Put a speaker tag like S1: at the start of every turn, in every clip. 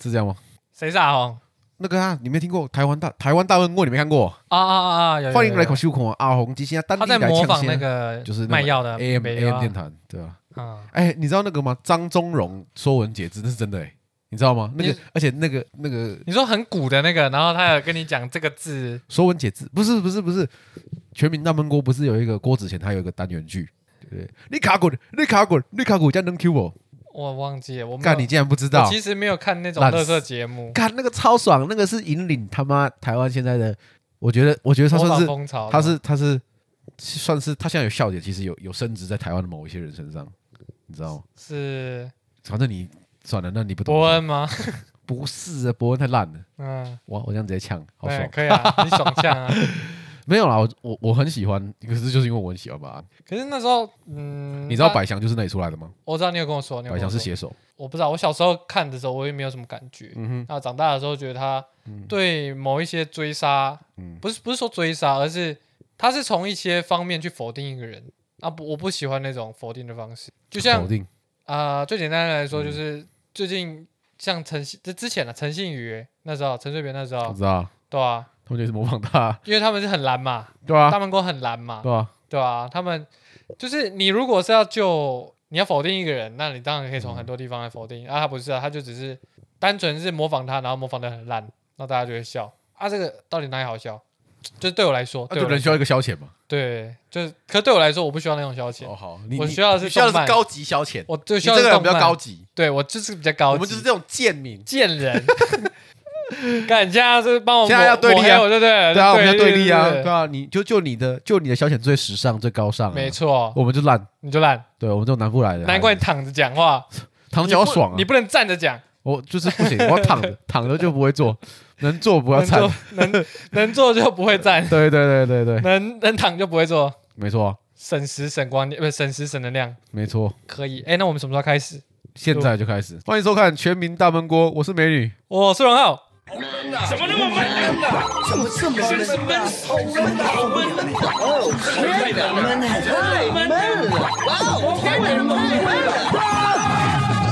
S1: 是这样吗？
S2: 谁是阿红？
S1: 那个啊，你没听过台湾大台湾大问过，你没看过？
S2: 啊啊啊啊！有有
S1: 欢迎来
S2: 有
S1: 口秀孔阿红基现在单
S2: 他
S1: 立
S2: 在
S1: 来
S2: 模
S1: 抢
S2: 仿那
S1: 先
S2: 个
S1: 就是那
S2: 卖
S1: 个
S2: 药的
S1: AM
S2: Baby 啊
S1: AM 电台，对啊。
S2: 啊，
S1: 哎，你知道那个吗？张宗荣《说文解字》那是真的哎，你知道吗？那
S2: 你
S1: 个而且那个那个《
S2: 你说很古的那个，然后他有跟你讲这个字
S1: 说文解字》不是不是不是《全民大闷锅》不是有一个郭子乾他有一个单元剧，对不对？你卡滚，你卡滚，你卡滚，这样能 Q 我？
S2: 我忘记了，我没有
S1: 干，你竟然不知
S2: 我
S1: 道？
S2: 其实没有看那种
S1: 烂
S2: 乐色
S1: 死
S2: 节目，
S1: 干那个超爽，那个是引领他妈台湾现在的，我觉得我觉得他
S2: 模
S1: 算
S2: 仿
S1: 是
S2: 风潮的，
S1: 他是他是算是他现在有笑点，其实有有升值在台湾的某一些人身上，你知道吗？
S2: 是
S1: 反正你算了，那你不懂。
S2: 伯恩吗？
S1: 不是啊，伯恩太烂了，
S2: 嗯，
S1: 哇，我这样直接呛，好
S2: 对，
S1: 爽。
S2: 可以啊，你爽呛 啊。
S1: 没有啦，我我我很喜欢，可是就是因为我很喜欢吧。
S2: 可是那时候，嗯，
S1: 你知道
S2: 那
S1: 百祥就是那里出来的吗？
S2: 我知道你有跟我说，你有
S1: 百
S2: 跟
S1: 祥
S2: 我
S1: 是
S2: 说，
S1: 写手，
S2: 我不知道，我小时候看的时候我也没有什么感觉，
S1: 嗯
S2: 那长大的时候觉得他对某一些追杀，
S1: 嗯
S2: 不是不是说追杀，而是他是从一些方面去否定一个人啊，不，我不喜欢那种否定的方式，就像
S1: 否定，嗯
S2: 啊、最简单的来说就是、最近像陈信，这之前啊，陈信宇那时候，陈水扁那时
S1: 我
S2: 候，
S1: 知道，
S2: 对啊，
S1: 他们就是模仿他，
S2: 因为他们是很蓝嘛，
S1: 对啊
S2: 大，闷锅很蓝嘛，
S1: 对啊，
S2: 对啊，他们就是你如果是要救，你要否定一个人，那你当然可以
S1: 嗯
S2: 从很多地方来否定、啊，他不是啊，他就只是单纯是模仿他，然后模仿的很烂，那大家就会笑啊，这个到底哪里好笑？就是对我来说，
S1: 那
S2: 哦对
S1: 啊就
S2: 我来
S1: 人需要一个消遣嘛。
S2: 对，就是可对我来说，我不需要那种消遣，
S1: 哦，好，你
S2: 我
S1: 你
S2: 需要的是
S1: 你需要的
S2: 动
S1: 是
S2: 漫
S1: 高级消遣，
S2: 我最
S1: 你
S2: 需要
S1: 这个人
S2: 动
S1: 比较
S2: 漫
S1: 高，级，
S2: 对我就是比较高级，
S1: 我们就是这种贱民。
S2: 贱人。 干，你现在是帮我
S1: 现在要
S2: 抹
S1: 对立啊
S2: 抹黑我对不对？
S1: 对啊，我们要对立啊，
S2: 对
S1: 对啊，你就就你的就你的消遣最时尚最高尚啊，
S2: 没错，
S1: 我们就烂，
S2: 你就烂，
S1: 对我们这种南部来的，
S2: 难怪你躺着讲话，
S1: 躺着脚爽啊
S2: 你，不能站着讲，
S1: 我就是不行，我要躺着， 躺着就不会坐，能坐不要
S2: 能
S1: 站
S2: 坐，能能坐就不会站，
S1: 对对对对对，
S2: 能能躺就不会坐，
S1: 没错啊，
S2: 省时省光，不是省时省能量，
S1: 没错，
S2: 可以。哎，那我们什么时候开始？
S1: 现在就开始，欢迎收看《全民大闷锅》，我是美女，
S2: 我是荣浩，
S3: 怎么这么闷啊？好闷啊！好闷啊！哦，太闷了，太闷了！哇哦，太闷了，太闷了！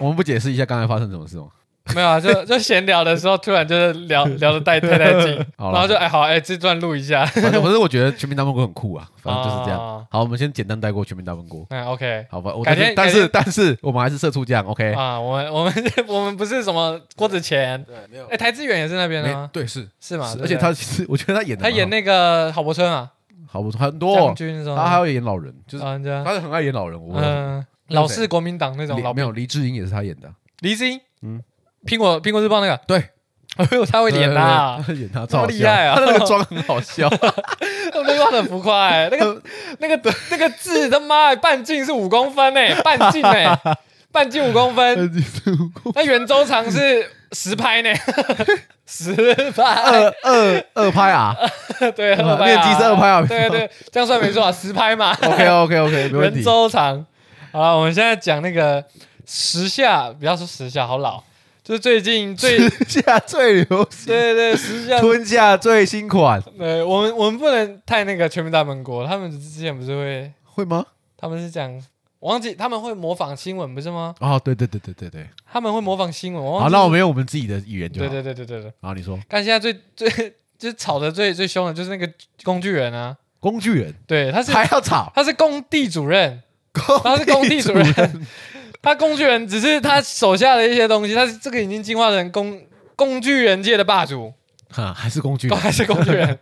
S1: 我们不解释一下刚才发生什么事吗？哦
S2: 没有啊，就就闲聊的时候，突然就是 聊聊的太太带劲，
S1: 好啦
S2: 然后就哎好哎这段录一下，
S1: 反正反正我觉得《全民大闷锅》很酷啊，反正就是这样
S2: 啊。
S1: 好，我们先简单带过《全民大闷锅》，
S2: 嗯 OK
S1: 好吧？我
S2: 改
S1: 但
S2: 天
S1: 是但
S2: 改
S1: 是
S2: 天
S1: 但是我们还是社畜酱，OK？
S2: 啊，我们我们 我们不是什么郭子乾，
S1: 对，没有
S2: 哎台志远也是那边的
S1: 没
S2: 吗？
S1: 对是
S2: 是吗？
S1: 是
S2: 对
S1: 而
S2: 不
S1: 且
S2: 对
S1: 他其实我觉得他演的
S2: 他演那个郝柏村啊，
S1: 好不错很多
S2: 将
S1: 哦，
S2: 军什
S1: 他还
S2: 么，
S1: 会演老人，就是
S2: 啊，这
S1: 他是很爱演老人，我不知道为什么
S2: 嗯，老式国民党那种
S1: 李
S2: 老
S1: 没有黎智英也是他演的，
S2: 黎姿英，
S1: 嗯
S2: 嗯，苹果苹果日报那个，
S1: 对，
S2: 哎呦，他会演
S1: 对
S2: 啦，
S1: 对对他演他超
S2: 超
S1: 好
S2: 厉
S1: 笑，
S2: 害啊，
S1: 他那个妆很好 笑，
S2: 对方很浮夸欸，那 个那个那个字他妈的半径是五公 分哎，半径哎，半径五公分，那圆周长是十拍呢， 十拍，
S1: 二二二拍啊
S2: 对，二拍啊，
S1: 面积是二拍啊没错
S2: 对 对，这样算没错啊，十拍嘛，
S1: ，OK OK OK，没问
S2: 圆
S1: 题。
S2: 周长。好了，我们现在讲那个时下，不要说时下，好老，就是 最近最对
S1: 时下最流行，
S2: 对啊对时下。
S1: 吞下最新款，
S2: 呃，我们我们不能太那个全民大闷锅，他们之前不是会，
S1: 会吗？
S2: 他们是讲，我忘记他们会模仿新闻不是吗？
S1: 哦，对对对对对对。
S2: 他们会模仿新闻，我
S1: 好，
S2: 忘记。
S1: 那我们用我们自己的语言就好。
S2: 对对对对对对，
S1: 然后你说
S2: 但现在最 最就是吵得最最凶的就是那个工具人啊，
S1: 工具人
S2: 对，他是
S1: 还要吵，
S2: 他是工地主任，
S1: 他
S2: 他是工地主任， 他工具人只是他手下的一些东西，他是这个已经进化成工工具人界的霸主，
S1: 哈，啊还是工具
S2: 都
S1: 人？
S2: 还是工具人，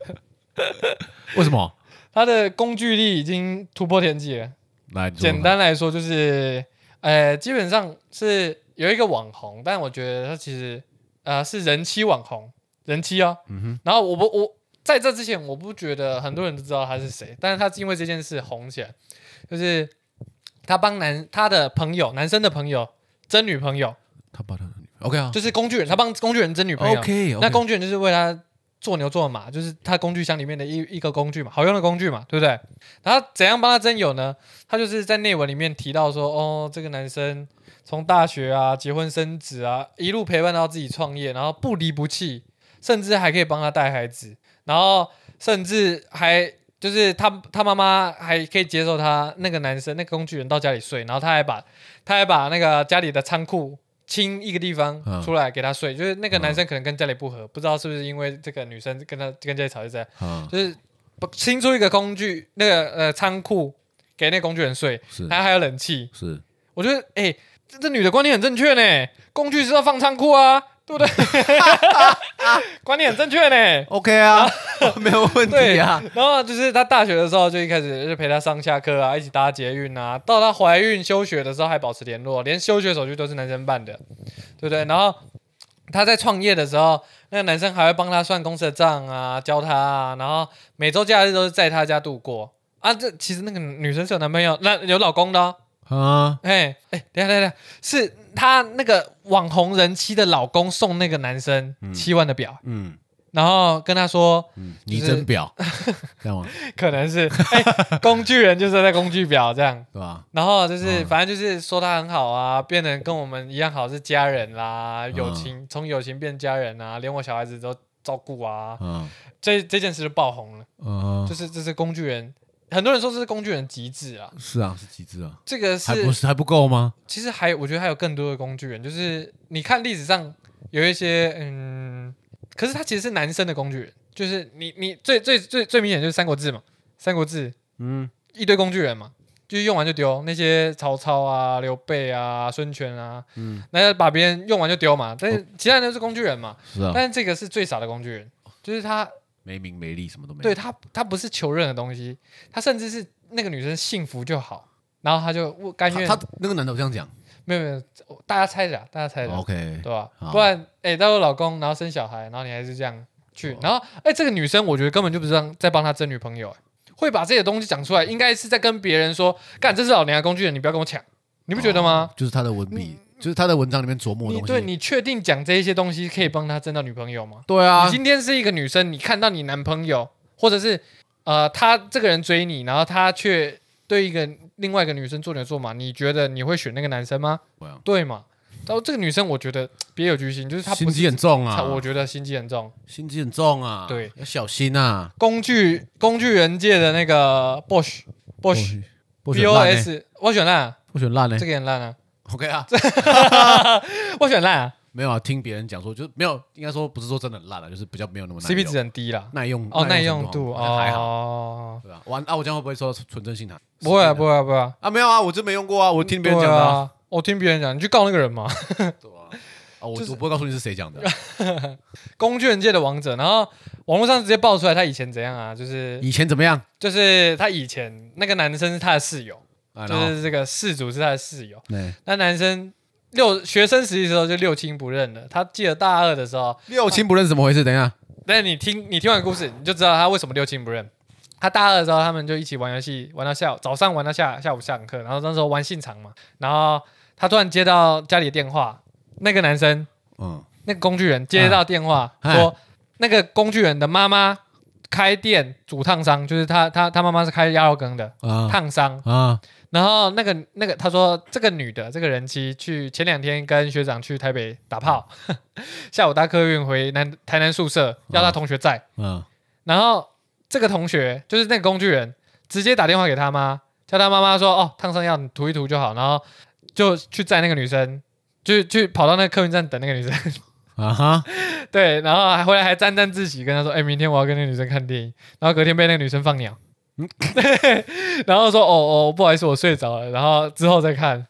S1: 为什么？
S2: 他的工具力已经突破天际了。
S1: 来，你说
S2: 简单来说就是，呃，基本上是有一个网红，但我觉得他其实呃是人妻网红，人妻哦。
S1: 哼
S2: 然后我不我在这之前，我不觉得很多人都知道他是谁，但是他因为这件事红起来，就是他帮男他的朋友，男生的朋友真女朋友，
S1: 他把他的女 OK 啊
S2: 就是工具人，他帮工具人真女朋友。
S1: ，OK，
S2: 那工具人就是为他做牛做马，就是他工具箱里面的一一个工具嘛，好用的工具嘛，对不对？然后怎样帮他真有呢？他就是在内文里面提到说，哦，这个男生从大学啊结婚生子啊，一路陪伴到自己创业，然后不离不弃，甚至还可以帮他带孩子，然后甚至还就是他他妈妈还可以接受他那个男生那个工具人到家里睡，然后他还把他还把那个家里的仓库清一个地方
S1: 嗯
S2: 出来给他睡，就是那个男生可能跟家里不和，不知道是不是因为这个女生跟他跟家里吵架，
S1: 啊，
S2: 就是不清出一个工具那个呃仓库给那个工具人睡，
S1: 是
S2: 还还有冷气，
S1: 是，
S2: 我觉得哎、这这女的观念很正确呢，工具是要放仓库啊，对不 对？观念很正确呢。
S1: OK 啊， 没有问
S2: 对
S1: 题啊。
S2: 然后就是她大学的时候就一开始就陪她上下课啊，一起搭捷运啊。到她怀孕休学的时候还保持联络，连休学手续都是男生办的，对不对？然后她在创业的时候，那个男生还会帮她算公司的账啊，教她啊。然后每周假日都是在她家度过啊。这其实那个女生是有男朋友，那有老公的、哦。
S1: 啊，
S2: 哎哎，等一下等一下，是她那个网红人妻的老公送那个男生七万的表，
S1: 嗯
S2: 然后跟他说。
S1: 嗯，你
S2: 就是
S1: 真 表，这样吗？
S2: 可能是， 哎、工具人就是在工具表这样。
S1: 对吧？
S2: 然后就是，
S1: 嗯
S2: 反正就是说他很好啊，变得跟我们一样好，是家人啦，
S1: 嗯
S2: 友情从友情变家人啊，连我小孩子都照顾啊，
S1: 嗯
S2: 这这件事就爆红了，
S1: 嗯
S2: 就，是这是工具人，很多人说这是工具人极致啊，
S1: 是啊，是极致啊，
S2: 这个
S1: 还不
S2: 是
S1: 是还不够吗？
S2: 其实还有我觉得还有更多的工具人，就是你看历史上有一些嗯，可是他其实是男生的工具人，就是你你最最最最明显就是《三国志》嘛，《三国志》
S1: 嗯，
S2: 一堆工具人嘛，就是用完就丢。那些曹操啊、刘备啊、孙权啊，
S1: 嗯哦
S2: 那把别人用完就丢嘛。但是其他人都是工具人嘛，
S1: 是啊，
S2: 但是这个是最傻的工具人，就是他
S1: 没名没利，什么都没有。
S2: 对他他不是求任何东西，他甚至是那个女生幸福就好，然后他就我甘愿
S1: 他他那个男的有这样讲
S2: 没有没有，大家猜的啊，大家猜的啊，
S1: ，OK，
S2: 对吧？
S1: 好
S2: 不然哎，到时候老公然后生小孩，然后你还是这样
S1: 啊
S2: 去，然后哎，这个女生我觉得根本就不是让在帮她争女朋友、哎会把这些东西讲出来，应该是在跟别人说，干这是老娘的工具人，你不要跟我抢，你
S1: 你
S2: 不觉得吗？？
S1: 哦就是他的文笔，就是他的文章里面琢磨的
S2: 你
S1: 东西。
S2: 对你确定讲这些东西可以帮她争到女朋友吗？
S1: 对啊
S2: 你，今天是一个女生，你看到你男朋友，或者是呃，他这个人追你，然后他却对一个另外一个女生做牛做马，你觉得你会选那个男生吗？
S1: 对啊
S2: 对嘛？然后这个女生，我觉得别有居心，就是她
S1: 心
S2: 不
S1: 机
S2: 是
S1: 很重
S2: 她，
S1: 啊，
S2: 我觉得心机很重。
S1: 心机很重啊，
S2: 对，
S1: 要小心啊。
S2: 工具工具人界的那个 Bosch Bosch
S1: 不
S2: B O S，我选烂啊，
S1: 不选欸烂呢
S2: 这个也很烂啊，
S1: ？OK 啊，
S2: 我选烂啊
S1: 没有啊，听别人讲说，就是没有，应该说不是说真的很烂了，啊就是比较没有那么耐用
S2: ，CP 值很低啦。
S1: 耐用
S2: 哦，耐
S1: 用
S2: 用
S1: 程
S2: 度
S1: 好像还好，
S2: 哦，
S1: 对吧？完啊，我这样会不会说纯真性谈？
S2: 不会啊，不
S1: 会
S2: 会啊，不会啊。
S1: 啊，没有啊，我真没用过啊，我听别人讲
S2: 对
S1: 的啊，
S2: 啊，我听别人讲，你去告那个人嘛。
S1: 对啊，啊我
S2: 就是
S1: 我不会告诉你是谁讲的，
S2: 工具人界的王者，然后网络上直接爆出来他以前怎样啊？就是
S1: 以前怎么样？
S2: 就是他以前那个男生是他的室友，
S1: 啊，然
S2: 就
S1: 后
S2: 是这个事主是他的室友。
S1: 对
S2: 那男生六学生时期的时候就六亲不认了，他记得大二的时候，
S1: 六亲不认是怎么回事？等一下，
S2: 但你听你听完故事你就知道他为什么六亲不认。他大二的时候，他们就一起玩游戏，玩到下午，早上玩到下下午上课，然后那时候玩信长嘛，然后他突然接到家里的电话，那个男生
S1: 嗯，
S2: 那个工具人接到电话、
S1: 啊
S2: 说，那个工具人的妈妈开店煮烫伤，就是他他他妈妈是开鸭肉羹的
S1: 啊
S2: 烫伤。
S1: 啊，
S2: 然后那个那个他说这个女的这个人妻去前两天跟学长去台北打炮， 下午搭客运回南台南宿舍，要他同学在。
S1: 嗯
S2: 然后这个同学就是那个工具人，直接打电话给他妈，叫他妈妈说：“哦，烫伤药你涂一涂就好。”然后就去载那个女生，就去跑到那个客运站等那个女生。
S1: 啊哈，
S2: 对，然后还回来还沾沾自喜，跟他说：“哎、明天我要跟那个女生看电影。”然后隔天被那个女生放鸟，
S1: 嗯
S2: 对， 然后说：“哦哦，不好意思，我睡着了。”然后之后再看，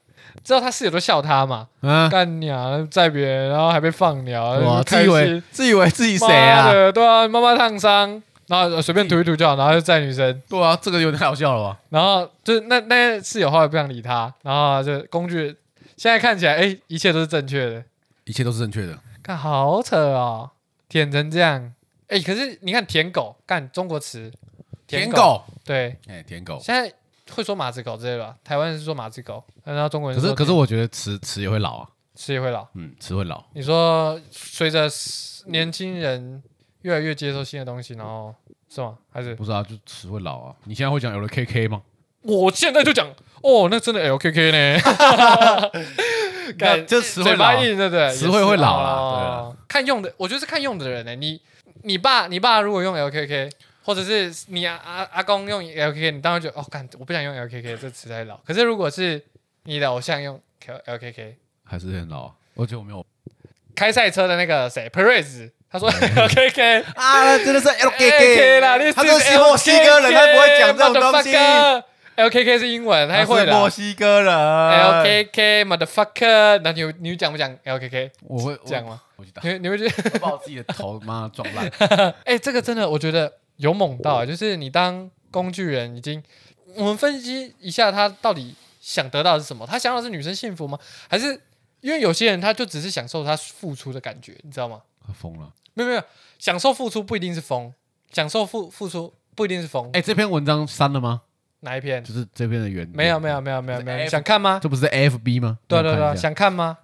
S2: 之后他室友都笑他嘛，
S1: 嗯，
S2: 干鸟载别人，然后还被放鸟，
S1: 哇，自
S2: 开
S1: 以
S2: 心
S1: 为自以为自己谁
S2: 妈
S1: 啊？
S2: 的对啊，妈妈烫伤，然后随便涂一涂就好，然后就载女生，
S1: 对啊，这个有点太好笑了吧？
S2: 然后就是那那些室友后来不想理他，然后就工具，现在看起来哎、一切都是正确的，
S1: 一切都是正确的，
S2: 看好扯哦，舔成这样，哎、可是你看舔狗，干中国词，
S1: 舔
S2: 狗，
S1: 狗，
S2: 对，
S1: 哎，舔狗。
S2: 现在会说马子狗之类的吧，台湾人是说马子狗，然后中国人
S1: 可是
S2: 说
S1: 可是我觉得词词也会老啊，
S2: 吃也会老，
S1: 嗯，词会老，
S2: 你说随着年轻人越来越接受新的东西，然后是吗？还是
S1: 不是啊，就词会老啊。你现在会讲有了 KK 吗？
S2: 我现在就讲，哦，那真的 LKK 呢？
S1: 那这词汇
S2: 嘴
S1: 老啊
S2: 巴硬，对不 对？
S1: 词汇会老啊
S2: 也是哦看用的，我觉得是看用的人呢。你你爸，你爸如果用 LKK，或者是你阿阿阿公用 LKK，你当然觉得哦，干，我不想用 LKK 这词太老。可是如果是你的偶像用 K- LKK，
S1: 还是很老，而且我没有
S2: 开赛车的那个谁 Perez，他说 LKK。
S1: 啊，真的是
S2: LKK 啦，你
S1: 嗯他说是墨西哥人，他不会讲这种东西，
S2: LKK 是英文，他
S1: 他
S2: 会
S1: 是墨
S2: 的。
S1: 西哥人。呃
S2: LKK motherfucker，那你你讲不讲 LKK
S1: 我会
S2: 这样？吗？
S1: 我我去打，
S2: 你你会觉得
S1: 我把我自己的头妈撞烂。
S2: 哎、这个真的，我觉得有猛
S1: 哦
S2: 到、欸，就是你当工具人已经，我们分析一下他到底想得到的是什么？他想要的是女生幸福吗？还是因为有些人他就只是享受他付出的感觉，你知道吗？
S1: 他疯了！
S2: 没有没有，享受付出不一定是疯，享受付付出不一定是疯。
S1: 哎，这篇文章删了吗？
S2: 哪一篇？
S1: 就是这篇的原
S2: 没有没有，没有没有没有，
S1: F-
S2: 你想看吗？
S1: 这不是 FB 吗？
S2: 对对
S1: 哎我看
S2: 对，
S1: 一下
S2: 想 看吗？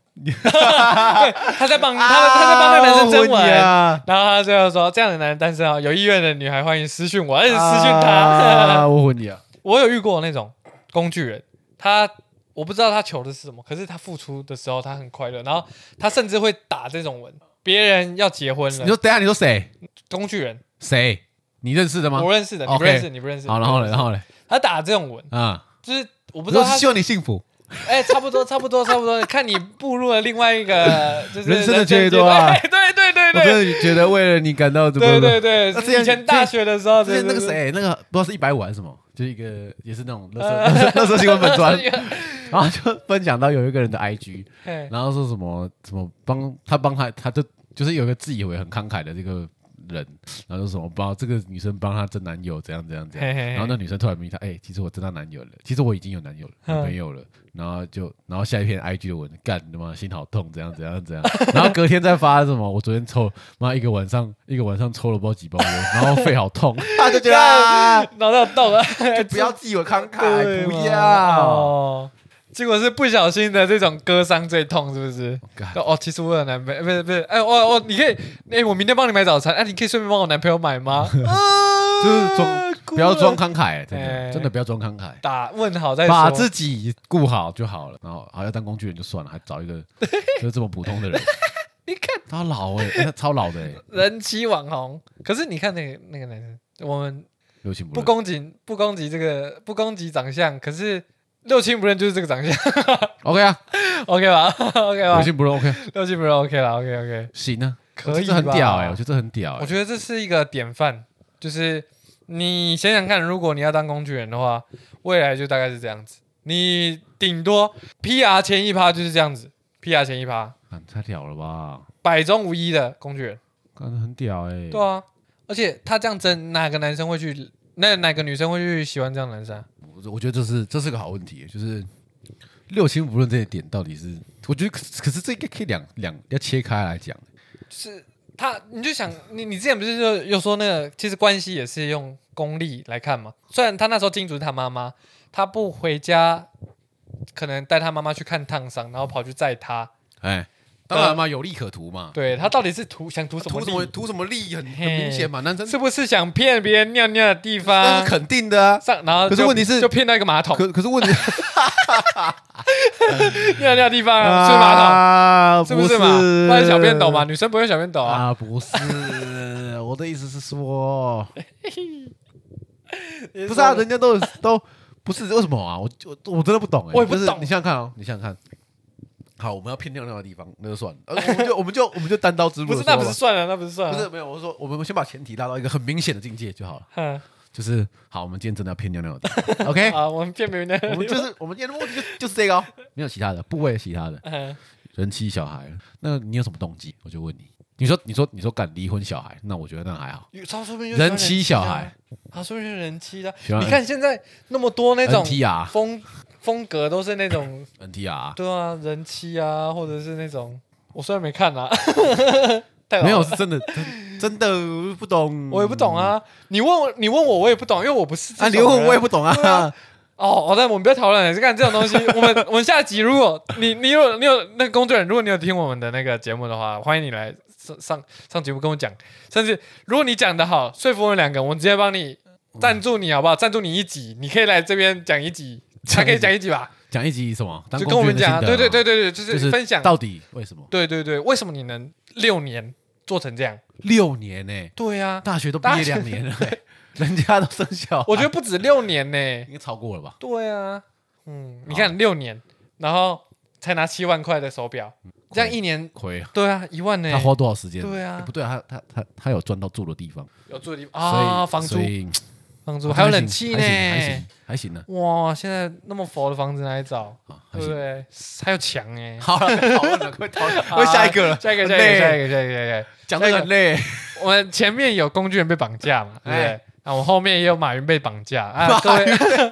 S2: 对他在帮他在他在帮那个男生征
S1: 啊问你
S2: 文。
S1: 啊！
S2: 然后他最后说：“这样的男单身啊，有意愿的女孩欢迎私讯我，而且私讯他。
S1: 啊，我问你啊！
S2: 我有遇过那种工具人，他我不知道他求的是什么，可是他付出的时候他很快乐，然后他甚至会打这种文。别人要结 婚
S1: 你
S2: 了，
S1: 说等一下，你说谁？
S2: 工具人，
S1: 谁？你认识的吗
S2: 我？认识的，你不
S1: OK
S2: 认识，你不认识。
S1: 好，然后呢？然
S2: 呢？
S1: 后呢？
S2: 他打这种文，
S1: 啊，
S2: 就是我不
S1: 我
S2: 知道他
S1: 是希，望你幸福，
S2: 哎，差不多，差不多，差不多。看你步入了另外一个就是
S1: 人生的阶段
S2: 哎 对对对
S1: 我
S2: 对
S1: 真的觉得为了你感到怎么？
S2: 对对对
S1: 那之前
S2: 对，以前大学的时候，
S1: 之前那个
S2: 对。
S1: 谁，啊那个不知道是一百五还是什么，就是一个也是那种乐
S2: 呃
S1: 色乐色新闻粉砖，
S2: 对对
S1: 然后就分享到有一个人的 IG，
S2: 哎
S1: 然后说什么什么帮他帮他，他就就是有一个自以为很慷慨的这个人，然后说什么帮这个女生帮她争男友，怎样怎样怎样，
S2: 嘿嘿嘿
S1: 然后那女生突然明白，哎、其实我真的男友了，其实我已经有男友了，
S2: 嗯
S1: 女朋友了，然后就然后下一篇 IG 的文，干你妈心好痛，怎样怎样怎 样，然后隔天再发什么，我昨天抽妈一个晚上一个晚上抽了不知道几包烟，然后肺好痛， 他就觉得、啊、
S2: 脑袋有洞啊！
S1: 不要自以为慷
S2: 对
S1: 慨，
S2: 嘛
S1: 不要，
S2: 哦。结果是不小心的，这种割伤最痛，是不是？
S1: 干
S2: 哦，其实我有男朋友，不是不是，哎，我我你可以，哎，我明天帮你买早餐，哎，你可以顺便帮我男朋友买 吗？啊
S1: 就是装
S2: 哭
S1: 不要
S2: 了
S1: 装慷慨，真
S2: 哎
S1: 的真的不要装慷慨。
S2: 打问好再说。
S1: 把自己顾好就好了。然后好要当工具人就算了，还找一个 就是这么普通的人，
S2: 你看
S1: 他老哎、欸，他超老的哎、欸，
S2: 人妻网红，可是你看那个那个男生，我们
S1: 有请不
S2: 不
S1: 认。
S2: 攻击不攻击这个不攻击长相，可是六亲不认就是这个长相
S1: OK 啊，
S2: ，OK 吧 ？OK 吧
S1: 有？请不认 OK，
S2: 六亲不认 OK 啦 o k OK，
S1: 行啊，
S2: 可以
S1: 这很
S2: 吧
S1: 屌哎、我觉得这很屌哎、
S2: 我觉得这是一个典范，就是你想想看，如果你要当工具人的话，未来就大概是这样子。你顶多 PR 前一趴就是这样子，PR 前一趴，
S1: 啊太屌了吧，
S2: 百中无一的工具人。
S1: 感觉很屌哎、
S2: 对啊，而且他这样真，哪个男生会去？那哪个女生会去喜欢这样的男生啊、
S1: 我我觉得这是这是个好问题，欸就是六亲不认这一点到底是，我觉得可可是这应该可以两两要切开来讲。
S2: 就是他，你就想你你之前不是就又说那个，其实关系也是用功利来看嘛。虽然他那时候金主是他妈妈，他不回家，可能带他妈妈去看烫伤，然后跑去载他，
S1: 哎，当然嘛，有利可图嘛，
S2: 啊对他到底是图想图什么
S1: 图
S2: 利？
S1: 什么图什么利很很明显嘛，男生
S2: 是啊不是想骗别人尿尿的地
S1: 那
S2: 方
S1: 是？肯定的啊。
S2: 上然后就
S1: 可是问题是
S2: 就骗到一个马桶
S1: 可可是问题
S2: 尿尿的地方 啊是马
S1: 啊
S2: 桶是不是嘛？不然小便斗嘛，？女生不会小便斗啊。
S1: 啊，不是，我的意思是 说，不是啊，人家都有都不是为什么啊？我我我真的不懂哎、
S2: 我也不
S1: 就是
S2: 懂
S1: 你想想看哦，你想想看。好，我们要骗尿尿的地方，那就算了，呃我们就我们就我们就单刀直入
S2: 不
S1: 地
S2: 是
S1: 说吧。
S2: 那不是啊算了，那不是算了。
S1: 不是，没有，我说我们先把前提拉到一个很明显的境界就好了，
S2: 哼
S1: 就是好，我们今天真的要骗尿尿的地方 ，OK？
S2: 啊，我们骗别人的地
S1: 哎我
S2: 方。
S1: 们就是我们今天的目的就就是这个哦，没有其他的，部位其他的，
S2: 嗯
S1: 人妻小孩，那你有什么动机？我就问你，你说你说你说敢离婚小孩，那我觉得那还好。
S2: 有超说不定就喜欢
S1: 人妻小孩
S2: 啊，说不定是人妻的
S1: 喜。欢啊
S2: 你看现在那么多那种
S1: ，NTR
S2: 风风格都是那种，
S1: NTR
S2: 对啊，人妻啊，或者是那种，我虽然没看啊， 太老了
S1: 没有是真的，真真的不懂，
S2: 啊我也不懂。啊。你问我，你问我，我也不懂，因为我不是这
S1: 啊，
S2: 种
S1: 离婚
S2: 人
S1: 我也不懂
S2: 对啊
S1: 啊。
S2: 哦，好、的，我们不要讨论了。就看这种东西，我们我们下集如果你你有你有那个工作人，如果你有听我们的那个节目的话，欢迎你来上上上节目跟我讲。甚至如果你讲的好，说服我们两个，我们直接帮你
S1: 嗯
S2: 赞助你好不好？赞助你一集，你可以来这边讲一集，还可以讲一集吧？
S1: 讲一集什么？当
S2: 就跟我们讲啊，
S1: 工具
S2: 对
S1: 人的心得
S2: 对对
S1: 嘛，
S2: 对对，就
S1: 就是
S2: 是分享。
S1: 到底为什么
S2: 对对对，为什么你能六年做成这样？
S1: 六年呢？欸
S2: 对呀、
S1: 大学都毕
S2: 大
S1: 业
S2: 学
S1: 两年了欸，人家都生效，
S2: 我觉得不止六年 呢、
S1: 应该超过了吧？
S2: 对啊，嗯，你看六年，然后才拿七万块的手表，这样一年，
S1: 亏啊！
S2: 对啊，一万呢、
S1: 嗯他花多少时间？
S2: 对啊
S1: 诶不对啊，他他他他有赚到住的地方
S2: 有住的地方
S1: 所以
S2: 啊，房租
S1: 所，以
S2: 房租
S1: 哦
S2: 还有冷气呢、
S1: 还行还行还行呢。
S2: 哇，现在那么佛的房子哪里找？
S1: 啊还
S2: 对不
S1: 行
S2: 对？还有墙哎、
S1: 好了，讨论了，快讨论，快
S2: 啊
S1: 下一个了，
S2: 下一个，
S1: 很
S2: 下一个，
S1: 累
S2: 下一个，下一个，下一个。
S1: 讲的
S2: 下一个
S1: 很累，
S2: 我们前面有工具人被绑架嘛，对不对
S1: 哎？
S2: 啊，我后面也有马云被绑架啊，各位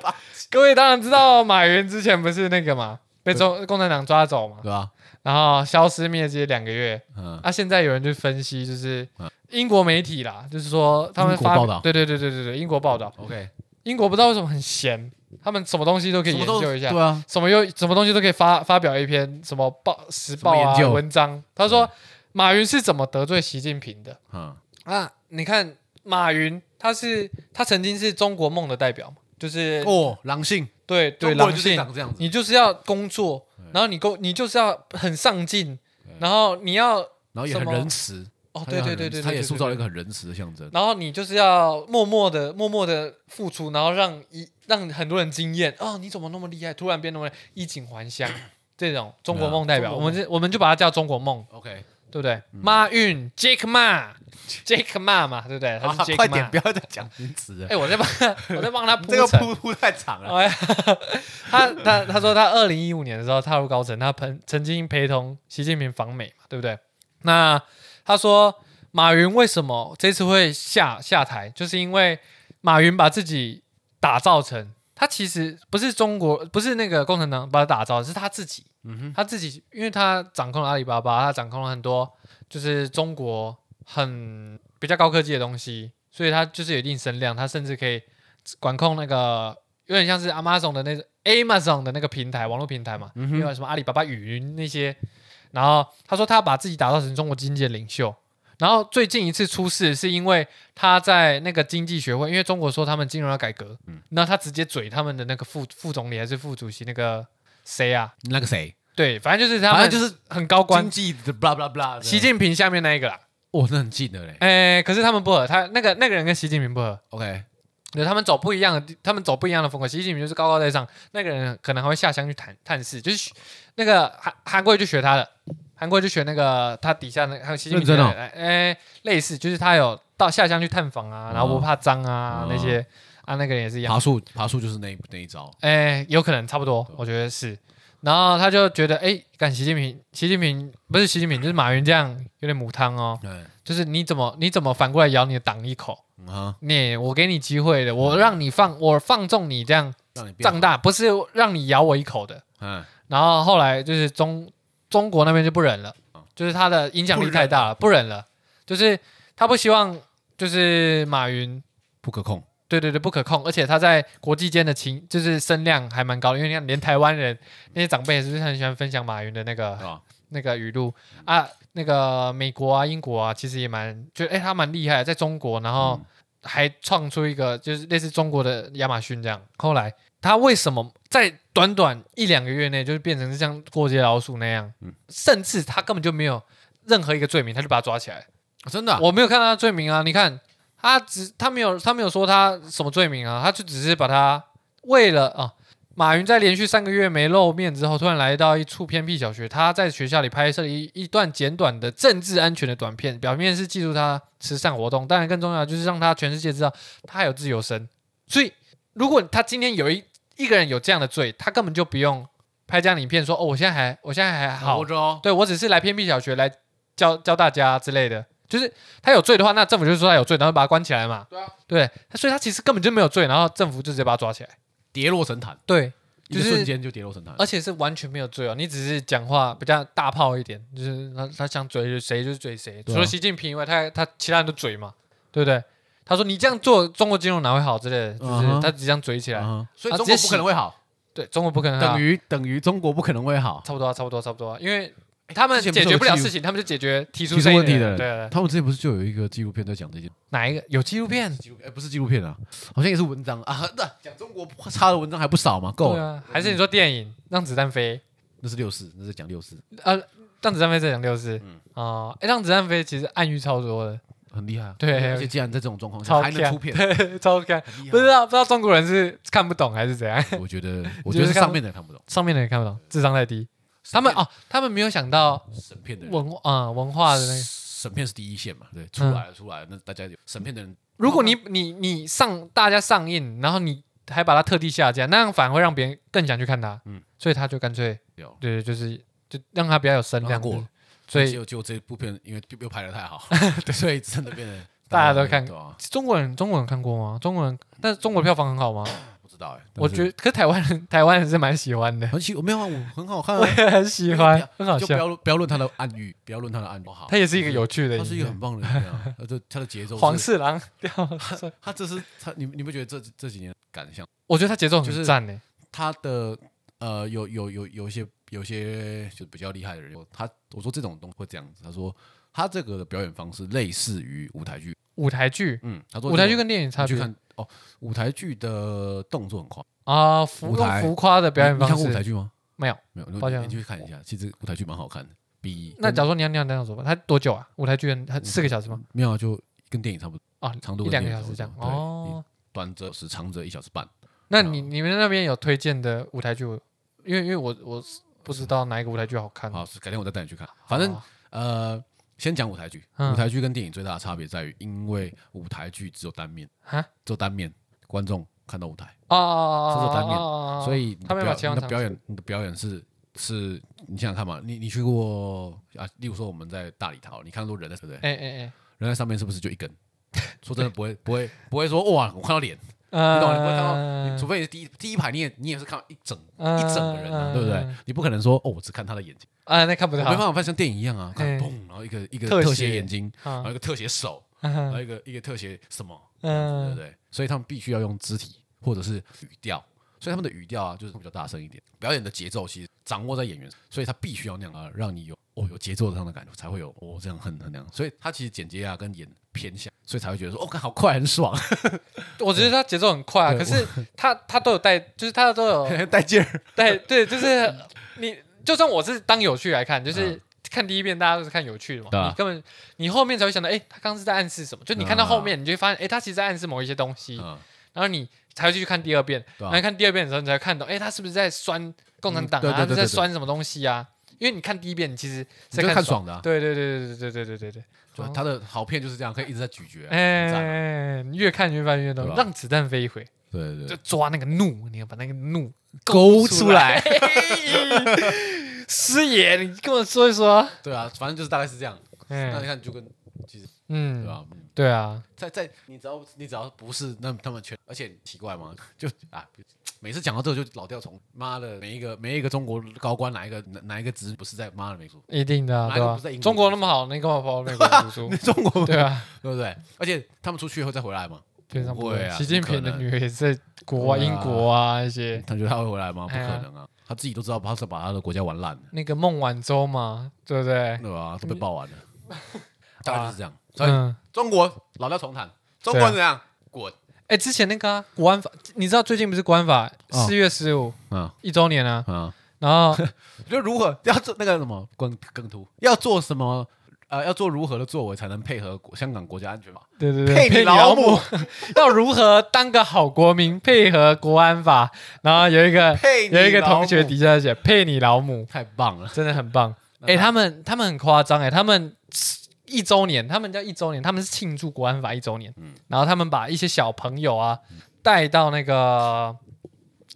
S2: 各位当然知道马云之前不是那个嘛，被中共产党抓走嘛
S1: 对，吧？
S2: 然后消失灭迹两个月。
S1: 嗯，
S2: 啊，现在有人就分析，就是
S1: 嗯
S2: 英国媒体啦，就是说他们
S1: 英国
S2: 发
S1: 报道
S2: 对对对对对对，英国报道，
S1: OK，
S2: 英国不知道为什么很闲，他们什么东西都可以
S1: 什么
S2: 研
S1: 都
S2: 究一下，
S1: 对啊，
S2: 什么又什么东西都可以发发表一篇什么报时报
S1: 什么
S2: 啊
S1: 研究
S2: 文章。他说马云是怎么得罪习近平的
S1: 嗯，
S2: 啊？你看马云，他是他曾经是中国梦的代表嘛，就是、
S1: 哦，狼性，
S2: 对
S1: 中
S2: 对
S1: 国
S2: 狼
S1: 人就是
S2: 性，
S1: 长这样子，
S2: 你就是要工作
S1: 对，
S2: 然后你工你就是要很上进
S1: 对，
S2: 然后你要
S1: 然后也很
S2: 什么
S1: 仁慈，
S2: 哦
S1: 他
S2: 对
S1: 也很
S2: 对
S1: 仁
S2: 对对，对
S1: 他也塑
S2: 对
S1: 造了
S2: 对
S1: 一个很仁慈的象征，
S2: 然后你就是要默默的、默默的付出，然后让一让很多人惊艳哦，你怎么那么厉害？突然变那么厉害衣锦 还乡，这种中国梦代
S1: 啊
S2: 表，
S1: 中
S2: 我
S1: 国梦嗯
S2: 们就我们就把它叫中国梦，
S1: OK，
S2: 对不对？马云 Jack Ma，Jack Ma 嘛，对不对？他是 Jack
S1: 啊快点，不
S2: Ma。
S1: 要再讲名词了
S2: 哎，，我在帮，我在帮他
S1: 这个
S2: 铺陈。
S1: 铺铺太长了。
S2: 哎， 他他他说他二零一五年的时候踏入高层，他曾曾经陪同习近平访美嘛，对不对？那他说马云为什么这次会下下台，就是因为马云把自己打造成他其实不是中国，不是那个共产党把他打造，是他自己，
S1: 嗯哼，
S2: 他自己，因为他掌控了阿里巴巴，他掌控了很多就是中国很比较高科技的东西，所以他就是有一定声量，他甚至可以管控那个有点像是 Amazon 的那种 Amazon 的那个平台，网络平台嘛，
S1: 嗯
S2: 还有什么阿里巴巴云那些。然后他说他把自己打造成中国经济的领袖。然后最近一次出事是因为他在那个经济学会，因为中国说他们金融要改革，
S1: 嗯
S2: 那他直接嘴他们的那个副副总理还是副主席那个谁啊？
S1: 那个谁，
S2: 对，反正就是他们，
S1: 反正就是
S2: 很高官
S1: 经，济的 blah blah blah，
S2: 习近平下面那一个啦。
S1: 哇，那很近的嘞。
S2: 哎，可是他们不合，他那个那个人跟习近平不合，
S1: OK，
S2: 对，他们走不一样的地，他们走不一样的风格。习近平就是高高在上，那个人可能还会下乡去探探视，就是学那个韩韩国瑜就学他的，韩国瑜就学那个他底下那还有习近平
S1: 认真哦
S2: 的人，哎、类似，就是他有到下乡去探访啊，然后不怕脏啊、
S1: 哦
S2: 那些啊，那个人也是一样
S1: 爬。树爬树就是那一那一招，
S2: 哎，有可能差不多，我觉得是。然后他就觉得，哎，干习近平，习近平不是习近平，就是马云这样有点母汤哦，
S1: 嗯
S2: 就是你怎么你怎么反过来咬你的党一口？
S1: 嗯哈，
S2: 你我给你机会的，我让你放，我放纵你这样
S1: 让你变
S2: 长嗯大，不是让你咬我一口的。
S1: 嗯，
S2: 然后后来就是中中国那边就不忍了
S1: 嗯，
S2: 就是他的影响力太大了，不忍了，就是他不希望就是马云
S1: 不可控。
S2: 对对对，不可控，而且他在国际间的情就是声量还蛮高的，因为你看连台湾人那些长辈也是很喜欢分享马云的那个、
S1: 对吧
S2: 那个语录啊，那个美国啊、英国啊，其实也蛮就哎、诶他蛮厉害的，在中国，然后还创出一个就是类似中国的亚马逊这样。后来他为什么在短短一两个月内就是变成是像过街老鼠那样，
S1: 嗯
S2: 甚至他根本就没有任何一个罪名，他就把他抓起来了。
S1: 啊真的啊，
S2: 我没有看到他罪名啊。你看，他只他没有他没有说他什么罪名啊，他就只是把他为了啊，马云在连续三个月没露面之后，突然来到一处偏僻小学，他在学校里拍摄了一一段简短的政治安全的短片，表面是记录他慈善活动，当然更重要的就是让他全世界知道啊他还有自由身。所以，如果他今天有一一个人有这样的罪，他根本就不用拍这样的影片说哦，我现在还我现在还好
S1: 活，着哦，
S2: 对我只是来偏僻小学来教教大家之类的。就是他有罪的话，那政府就说他有罪，然后把他关起来嘛。
S1: 对啊，
S2: 对，所以他其实根本就没有罪，然后政府就直接把他抓起来。嗯
S1: 跌落神坛，
S2: 对，
S1: 一
S2: 就
S1: 个
S2: 是
S1: 瞬间就跌呃落神坛。
S2: 而且是完全没有罪哦，你只是讲话比较大炮一点，就是他他想嘴谁就嘴谁，
S1: 对啊
S2: 除了习近平以外，他他其他人都嘴嘛，对不对？他说你这样做，中国金融哪会好之类的，就是
S1: 嗯哼
S2: 他只这样嘴起来，
S1: 嗯哼所以
S2: 啊
S1: 中
S2: 直接
S1: 国
S2: 洗
S1: 不可能会好，
S2: 对中国不可能啊
S1: 等于等于中国不可能会好。
S2: 差不多啊，差不多，差不多啊，因为他们
S1: 之前不
S2: 解
S1: 是
S2: 决
S1: 有
S2: 不了
S1: 记录
S2: 事情，他们就解决提出
S1: 提出
S2: 声音
S1: 问题的
S2: 人
S1: 人
S2: 对对，对
S1: 他们之前不是就有一个纪录片在讲这件
S2: 哪一个有纪录片？
S1: 纪录，哎，不是纪录片啊，好像也是文章啊，那讲中国差的文章还不少嘛，够
S2: 对
S1: 了。
S2: 啊，还是你说电影《让子弹飞
S1: 那是六四，那是讲六四，》
S2: 呃
S1: 嗯
S2: 啊，《让子弹飞》这讲六四，哦，哎，《让子弹飞》其实暗喻超多的，
S1: 很厉害啊。
S2: 对
S1: 而且既然在这种状况下
S2: 超
S1: 还能出
S2: 强，
S1: 片，
S2: 对，超强， 不知道不知道中国人是看不懂还是怎样，
S1: 啊我觉得
S2: 你
S1: 我
S2: 觉
S1: 觉得
S2: 得
S1: 是
S2: 看
S1: 上
S2: 不
S1: 面的人看不懂，
S2: 上面的人看不懂，智商太低。他们哦，他们没有想到
S1: 审片的人
S2: 文啊文化的那个。嗯
S1: 审片是第一线嘛，对，出来了出来了，那大家有审片的人，
S2: 如果你你你上大家上映，然后你还把它特地下架，那样反而会让别人更想去看它。
S1: 嗯
S2: 所以他就干脆
S1: 有
S2: 对，就是就让它比较有声量
S1: 让它过了。
S2: 所以
S1: 就就这部片，因为又又拍的太 好，所以真的变得
S2: 大家都看
S1: 对啊，
S2: 中国人中国人看过吗？中国人但是中国的票房很好吗？
S1: 不知道哎，
S2: 我觉得，可是台湾人台湾人是蛮喜欢的，
S1: 很喜，我没有啊，我很好看
S2: 我
S1: 啊，
S2: 也很喜欢，很好
S1: 就不
S2: 笑。哦
S1: 要不要论他的暗喻，不要论他的暗喻，好
S2: 它也是一个有趣的
S1: 他
S2: 影
S1: 是一个很
S2: 片，
S1: 棒的人啊，呃这他的节 奏
S2: 黄
S1: 是，
S2: 四郎掉色，
S1: 他这是他，你你不觉得这这几年感想，
S2: 我觉得他节奏
S1: 就
S2: 很
S1: 是
S2: 赞呢。
S1: 他的呃有有有有一些有些就是比较厉害的人，他我说这种东西会这样子，他说他这个的表演方式类似于舞台剧，
S2: 舞台剧，
S1: 嗯，他说
S2: 舞台剧
S1: 这种
S2: 跟电影差
S1: 你去
S2: 别
S1: 看哦，舞台剧的动作很快，
S2: 啊，浮
S1: 舞
S2: 用
S1: 台
S2: 浮夸的表演
S1: 你你
S2: 方
S1: 看过舞台
S2: 式
S1: 剧吗？
S2: 没有。
S1: 没有，
S2: 抱
S1: 你
S2: 歉啊
S1: 你去看一下，其实舞台剧蛮好看的，比
S2: 那假
S1: 跟
S2: 如说你要那样那样怎么办？它多久啊？舞台剧很很四个小时吗？
S1: 没有啊就跟电影差不多，
S2: 啊，
S1: 嗯长度
S2: 一
S1: 跟
S2: 两个
S1: 电
S2: 小
S1: 影
S2: 时这
S1: 差
S2: 样
S1: 不。多对
S2: 哦，
S1: 短则十，长则一小时半。
S2: 那你你们那边有推荐的舞台剧？因为因为我我不知道哪一个舞台剧好看。
S1: 好，改天我再带你去看。反正
S2: 好啊
S1: 呃，先讲舞台剧，
S2: 嗯
S1: 舞台剧跟电影最大的差别在于，因为舞台剧只有单面，
S2: 啊
S1: 只有单面观众看到舞台，
S2: 哦哦
S1: 制作单面
S2: 哦
S1: 所以你
S2: 他
S1: 的
S2: 们把
S1: 表
S2: 前
S1: 你的
S2: 场
S1: 表演你的表演是。是你想想看嘛，你你去过啊？例如说我们在大礼堂，你看到人在对不对？
S2: 哎哎
S1: 人在上面是不是就一根？ 说真的，不会不会不会说哇，我看到脸，
S2: 哎，
S1: 你
S2: 你
S1: 懂？你不会看
S2: 呃
S1: 到，你除非你是第一第一排，你也你也是看到一整
S2: 嗯
S1: 一整个人啊，
S2: 嗯
S1: 对不对
S2: 嗯？
S1: 你不可能说哦，我只看他的眼睛，
S2: 啊，那看不
S1: 我没
S2: 到
S1: 办。法像电影一样啊，看
S2: 嗯
S1: 嘣，然后一个一个
S2: 特
S1: 特
S2: 写
S1: 写眼睛，
S2: 啊
S1: 然后一个特写手，然后
S2: 嗯
S1: 一个一个特写什么，哎对不
S2: 嗯，
S1: 对？所以他们必须要用肢体或者是语调，所以他们的语调啊就是比较大声一点，表演的节奏其实掌握在演员，所以他必须要那样啊，让你有哦有节奏上的感觉，才会有哦这样很很那样，所以他其实剪接啊跟演偏向，所以才会觉得说哦看好快很爽，
S2: 我觉得他节奏很快啊，
S1: 对
S2: 可是他他都有带，就是他都有
S1: 带劲儿，
S2: 对对，就是你，就算我是当有趣来看，就是看第一遍大家都是看有趣的嘛，
S1: 嗯对啊
S2: 你根本你后面才会想到，哎，他刚刚是在暗示什么？就你看到后面，你就会发现，哎，他其实在暗示某一些东西，
S1: 嗯，
S2: 然后你才会去看第二遍，
S1: 对啊
S2: 然后看第二遍的时候，你才会看到，哎，他是不是在酸共产党
S1: 嗯对
S2: 啊？
S1: 对
S2: 他是
S1: 对
S2: 在
S1: 对对
S2: 酸什么东西啊？因为你看第一遍，你其实
S1: 你
S2: 在
S1: 就是
S2: 看哦
S1: 看爽的啊，
S2: 对对对对对对对对对
S1: 就他的好片就是这样，可以一直在咀嚼，
S2: 对，
S1: 很赞啊
S2: 哎，你越看越发现越
S1: 对
S2: 懂，
S1: 吧
S2: 让子弹飞一回，
S1: 对对
S2: 就
S1: 对，
S2: 抓那个怒，你要把那个怒
S1: 勾
S2: 出
S1: 出
S2: 来
S1: 来。
S2: 师爷，你跟我说一说。
S1: 对啊，反正就是大概是这样。那你
S2: 嗯
S1: 看就跟其实对
S2: 嗯，
S1: 吧？嗯
S2: 对啊，
S1: 在在你只要你只要不是那他们全，而且奇怪吗？就啊，每次讲到这个就老调重，妈的，每一个每一个中国高官哪一个哪哪一个职不是在妈的美术？
S2: 一定的啊，
S1: 哪
S2: 对
S1: 里
S2: 吧
S1: 不是在英？国
S2: 中国那么好，你干嘛跑到美国读书
S1: 那？中国
S2: 对啊，
S1: 对不对？而且他们出去以后再回来嘛，
S2: 平常不
S1: 不会啊
S2: 习近平
S1: 不可
S2: 的
S1: 能
S2: 女儿也是在国啊，
S1: 对啊
S2: 英国啊一些。
S1: 他觉得他会回来吗？不
S2: 哎呀
S1: 可能啊，他自己都知道他是把他的国家玩烂了，
S2: 那个孟晚舟嘛，对不对？
S1: 对吧？都被爆完了，大概就是这样。所以
S2: 哎嗯，
S1: 中国老调重弹，中国人怎样滚
S2: 哎，之前那个啊国安法，你知道最近不是国安法
S1: 哦
S2: 四月十五
S1: 啊
S2: 一周年啊？
S1: 啊！
S2: 然后
S1: 就如何要做那个什么更更图，要做什么呃，要做如何的作为才能配合国香港国家安全法？
S2: 对对对，
S1: 配你老母，
S2: 要如何当个好国民，配合国安法？然后有一个
S1: 配你
S2: 有一个
S1: 老母
S2: 同学底下写配你老母，
S1: 太棒了！
S2: 真的很棒。哎、他们他们很夸张哎，他们一周年，他们叫一周年，他们是庆祝国安法一周年。
S1: 嗯
S2: 然后他们把一些小朋友啊带到那个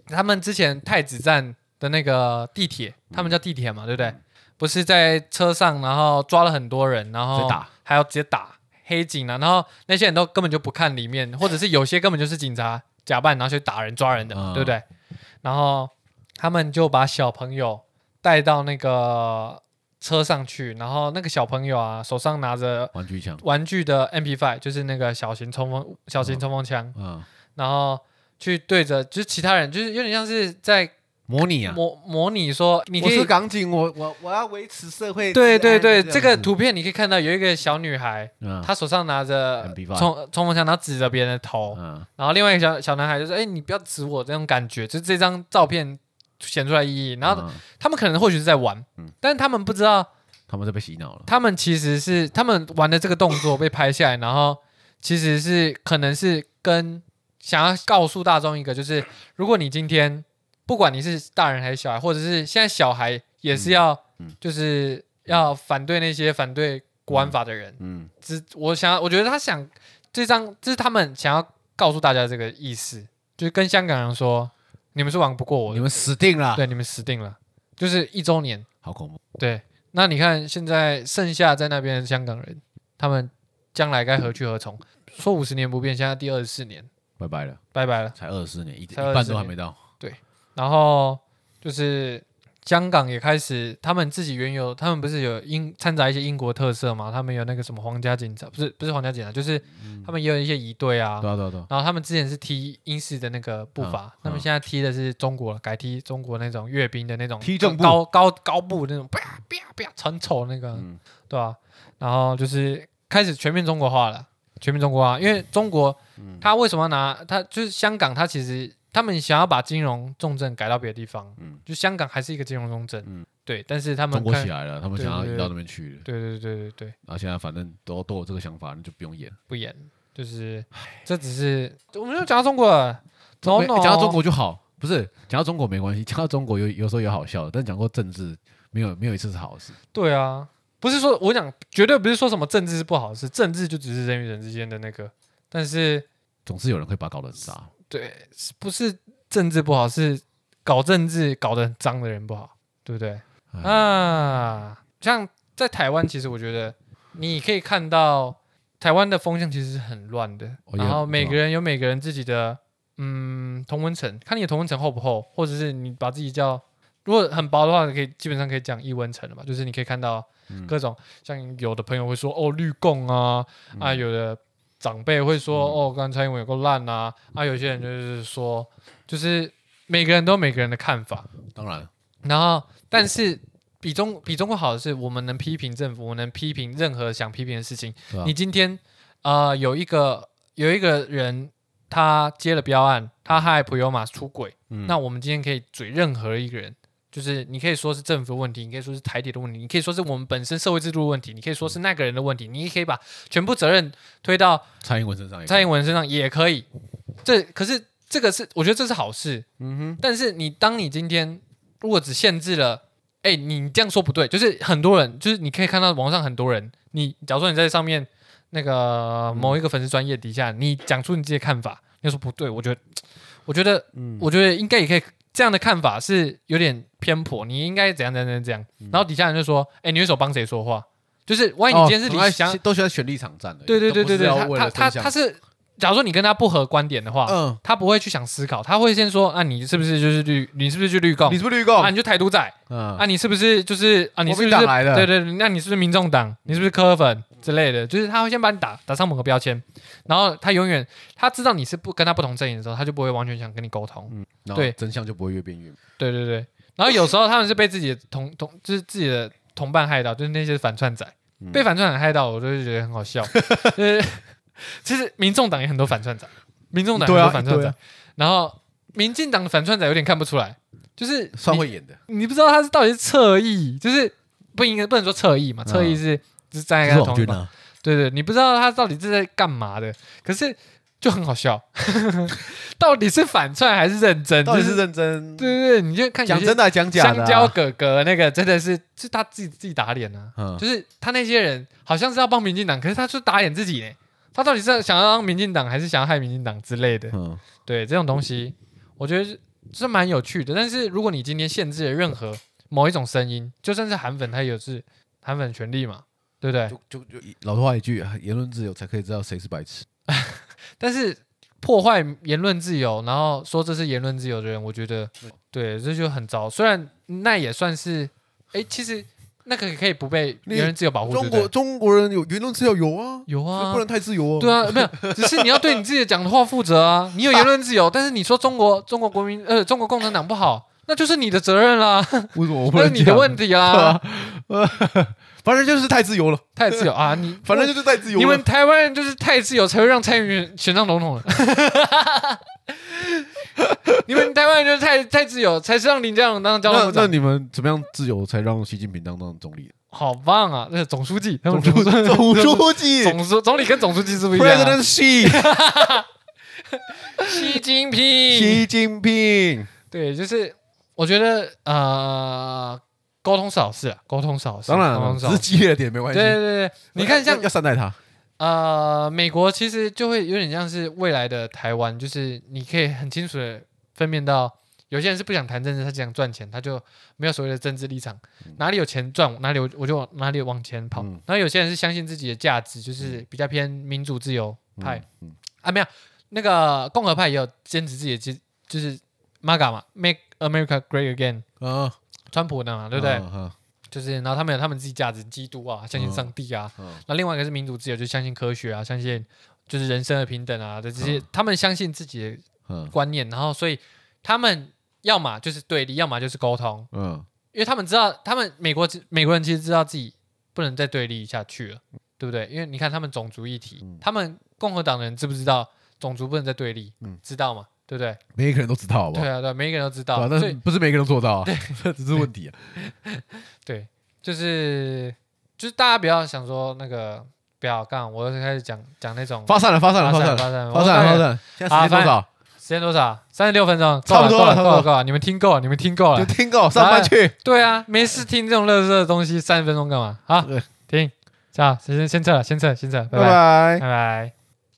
S2: 他们之前太子站的那个地铁，
S1: 嗯
S2: 他们叫地铁嘛，对不对？不是在车上，然后抓了很多人，然后
S1: 直接打，
S2: 还要直接打黑警啊，然后那些人都根本就不看里面，或者是有些根本就是警察假扮，然后去打人抓人的，
S1: 嗯
S2: 对不对？然后他们就把小朋友带到那个车上去，然后那个小朋友啊，手上拿着
S1: 玩具枪，
S2: 玩具的 MP5，就是那个小型冲锋小型冲锋枪，
S1: 嗯，
S2: 然后去对着就是其他人，就是有点像是在
S1: 模拟啊，
S2: 模模拟说，你可以
S1: 港警，我我我要维持社会
S2: 对对对，这个图片你可以看到有一个小女孩，
S1: 嗯
S2: 她手上拿着
S1: MP5
S2: 冲冲锋枪，然后指着别人的头，
S1: 嗯
S2: 然后另外一个小小男孩就说：“哎，你不要指我。”这种感觉，就这张照片显出来意义。然后
S1: 嗯
S2: 他们可能或许是在玩，
S1: 嗯
S2: 但是他们不知道
S1: 他们是被洗脑了。
S2: 他们其实是他们玩的这个动作被拍下来，然后其实是可能是跟想要告诉大众一个，
S1: 嗯
S2: 就是如果你今天不管你是大人还是小孩，或者是现在小孩也是要，
S1: 嗯嗯
S2: 就是要反对那些反对国安法的人。
S1: 嗯，
S2: 只我想，我觉得他想这张，这是他们想要告诉大家这个意思，就是跟香港人说，你们是玩不过我
S1: 你
S2: 的，
S1: 们死定了，
S2: 对，你们死定了，就是一周年。
S1: 好恐怖。
S2: 对，那你看现在剩下在那边的香港人，他们将来该何去何从？说五十年不变，现在第二十四年，
S1: 拜拜了，
S2: 拜拜了。
S1: 才二十年，一一
S2: 才24
S1: 半都还没到。
S2: 然后就是香港也开始，他们自己原有，他们不是有英掺杂一些英国特色嘛？他们有那个什么皇家警察，不是不是皇家警察，就是他们也有一些疑队啊。
S1: 嗯对啊，对啊，对啊，
S2: 然后他们之前是踢英式的那个步伐，
S1: 嗯
S2: 他们现在踢的是中国了，改踢中国那种阅兵的那种
S1: 踢正步
S2: 高高高步那种，啪啪啪，很丑那个，
S1: 嗯
S2: 对吧、然后就是开始全面中国化了，全面中国化，因为中国
S1: 嗯
S2: 他为什么要拿他就是香港，他其实他们想要把金融重镇改到别的地方，
S1: 嗯
S2: 就香港还是一个金融重镇，
S1: 嗯
S2: 对，但是他们
S1: 中国
S2: 看
S1: 起来了，他们
S2: 对
S1: 想要
S2: 对
S1: 移
S2: 对
S1: 到那边去了。
S2: 对对对对对。
S1: 然后现在反正都都有这个想法，那就不用演。
S2: 不演，就是这只是我们又讲到中国了。no
S1: 没
S2: no，
S1: 讲到中国就好，不是讲到中国没关系，讲到中国有有时候有好笑的，但讲过政治没有没有一次是好事。
S2: 对啊，不是说我讲绝对不是说什么政治是不好的事，政治就只是人与人之间的那个，但是
S1: 总是有人会把搞得很渣。
S2: 对，是不是政治不好，是搞政治搞得很脏的人不好，对不对？
S1: 啊，
S2: 啊，像在台湾，其实我觉得你可以看到台湾的风向其实是很乱的，
S1: 哦也
S2: 然后
S1: 很
S2: 每
S1: 乱
S2: 个人有每个人自己的嗯同温层，看你的同温层厚不厚，或者是你把自己叫如果很薄的话，可以基本上可以讲异温层了嘛，就是你可以看到
S1: 嗯
S2: 各种、像有的朋友会说哦绿共啊、
S1: 嗯
S2: 啊，有的长辈会说、哦刚才蔡英文有够烂啊啊，有些人就是说就是每个人都有每个人的看法，
S1: 当然，
S2: 然后，但是比中比中国好的是，我们能批评政府，我能批评任何想批评的事情。
S1: 对啊
S2: 你今天呃有一个有一个人他接了标案，他害普悠玛出轨，
S1: 嗯
S2: 那我们今天可以嘴任何一个人。就是你可以说是政府的问题，你可以说是台铁的问题，你可以说是我们本身社会制度的问题，你可以说是那个人的问题，你也可以把全部责任推到
S1: 蔡英文身上也可以
S2: 蔡英文身上，也可以。这可是这个是我觉得这是好事，
S1: 嗯哼，
S2: 但是你当你今天如果只限制了，哎、你这样说不对，就是很多人，就是你可以看到网上很多人，你假如说你在上面那
S1: 嗯
S2: 个某一个粉丝专业底下，你讲出你自己的看法，你说不对，我觉得，我觉得，
S1: 嗯
S2: 我觉得应该也可以。这样的看法是有点偏颇，你应该怎样怎样怎样怎样。然后底下人就说：“哎、你为什么帮谁说话？就是万一你今天
S1: 嗯
S2: 是
S1: 哦
S2: 理
S1: 很爱
S2: 想，
S1: 都喜欢选立场战的，
S2: 对对对
S1: 都不
S2: 对
S1: 是
S2: 对，
S1: 要
S2: 他
S1: 为
S2: 他
S1: 了真
S2: 他
S1: 相
S2: 他是，假如说你跟他不合观点的话，
S1: 嗯，
S2: 他不会去想思考，他会先说啊，你是不是就是绿，你是不是就绿共
S1: 你？是不是绿共？
S2: 啊，你就台独仔啊，
S1: 嗯，
S2: 你是不是就是啊，你是
S1: 国民
S2: 不是
S1: 党来的
S2: 对对，对那你是不是民众党？你是不是科粉之类的？就是他会先把你打打上某个标签，然后他永远他知道你是不跟他不同阵营的时候，他就不会完全想跟你沟通。
S1: 然后
S2: 对
S1: 真相就不会越变越明。
S2: 对对对，然后有时候他们是被自己的同同就是自己的同伴害到，就是那些反串仔
S1: 嗯
S2: 被反串仔害到，我就会觉得很好笑。 就是其实民众党也很多反串仔，民众党也
S1: 对啊
S2: 很多反串
S1: 对
S2: 仔，
S1: 啊
S2: 然后民进党的反串仔有点看不出来，就是你
S1: 算会演的，
S2: 你不知道他是到底是侧翼，就是不应该不能说侧翼嘛，
S1: 嗯
S2: 侧翼是、是站
S1: 这是
S2: 在跟他
S1: 网
S2: 同一
S1: 军
S2: 方，
S1: 啊，
S2: 对对，你不知道他到底是在干嘛的，可是就很好笑， 到底是反串还是认真？
S1: 到底是
S2: 就是
S1: 认真
S2: 对对对，你就看有
S1: 讲
S2: 些
S1: 真的还是讲假的
S2: 香
S1: 啊？
S2: 蕉哥哥那个真的是是他自己自己打脸啊，
S1: 嗯
S2: 就是他那些人好像是要帮民进党，可是他是打脸自己呢。他到底是想要帮民进党，还是想要害民进党之类的？
S1: 嗯，
S2: 对这种东西，我觉得是是蛮有趣的。但是如果你今天限制了任何某一种声音，就算是韩粉，他也有是韩粉权利嘛，对不对？
S1: 就就就老话一句，言论自由才可以知道谁是白痴。
S2: 但是破坏言论自由，然后说这是言论自由的人，我觉得对，这就很糟。虽然那也算是，哎，其实那个可以不被
S1: 你
S2: 言论自由保护，
S1: 中
S2: 对不
S1: 国
S2: 对
S1: 中国人有言论自由有啊，
S2: 有啊
S1: 不。能太自由哦。
S2: 对啊，没有，只是你要对你自己讲的话负责啊。你有言论自 由，但是你说中国中国国民呃中国共产党不好，那就是你的责任啦，
S1: 为什么我不
S2: 那是
S1: 能？
S2: 你的问，题啦。
S1: 反正就是太自由了，
S2: 太自由啊！你
S1: 反正就是太自由了。
S2: 你们台湾人就是太自由，才会让蔡英文选上总 统了。你们台湾人就是太太自由，才是让林佳龙当
S1: 那
S2: 交通部
S1: 那
S2: 长。
S1: 你们怎么样自由才让习近平当当总理？
S2: 好棒啊！那个总书记，他们
S1: 总书
S2: 总
S1: 总书记
S2: 总书啊总理跟总书记是不一样啊。
S1: ，President Xi
S2: 习近平，
S1: 习近 平，
S2: 对，就是我觉得呃，沟通是好事啊，沟通是好事，
S1: 当然
S2: 沟
S1: 了
S2: 通是
S1: 只
S2: 好
S1: 是
S2: 事。
S1: 激烈点没关
S2: 对
S1: 系。
S2: 对对，对你看像
S1: 要要善待他，
S2: 呃，美国其实就会有点像是未来的台湾，就是你可以很清楚的分辨到，有些人是不想谈政治，他只想赚钱，他就没有所谓的政治立场，哪里有钱赚，哪里有我就往哪里往前跑。
S1: 嗯
S2: 然后有些人是相信自己的价值，就是比较偏民主自由派、
S1: 嗯
S2: 啊，没有那个共和派也有坚持自己的基，就是 MAGA 嘛，Make America Great Again，
S1: 啊，
S2: 川普的嘛，嗯对不对？
S1: 啊
S2: 就是然后他们有他们自己价值，基督啊，相信
S1: 嗯
S2: 上帝啊，
S1: 嗯
S2: 那另外一个是民主自由，就相信科学啊，相信就是人生的平等啊的这些，他们相信自己的
S1: 嗯
S2: 观念，然后所以他们要么就是对立，要么就是沟通，
S1: 嗯，
S2: 因为他们知道，他们美国美国人其实知道自己不能再对立下去了，对不对？因为你看他们种族议题，
S1: 嗯
S2: 他们共和党的人知不知道种族不能再对立？
S1: 嗯
S2: 知道嘛，对不对？
S1: 每一个人都知道，好不好
S2: 对？啊，对啊，每一个人都知
S1: 对
S2: 道，
S1: 啊，但
S2: 所
S1: 是
S2: 以
S1: 不是每一个人都做到啊， 这只是问题啊。
S2: 对，就是就是大家不要想说那个不要干，我又开始讲讲那种
S1: 发散了，发散了，
S2: 发
S1: 发
S2: 散
S1: 散
S2: 了
S1: 了，
S2: 发
S1: 发
S2: 散
S1: 散
S2: 了
S1: 了，发散了。现在时间多少？
S2: 时间多少？三十六分钟，够
S1: 差
S2: 了，
S1: 不
S2: 够
S1: 多
S2: 了，
S1: 了
S2: 够
S1: 差
S2: 了，
S1: 不多
S2: 够了，你们听够了，你们听够
S1: 就
S2: 了。
S1: 听够，上班去。
S2: 对啊，没事听这种乐色的东西，三十分钟干嘛？好
S1: 对，
S2: 停，这样，先先撤了，先撤，先撤，拜
S1: 拜拜
S2: 拜。拜。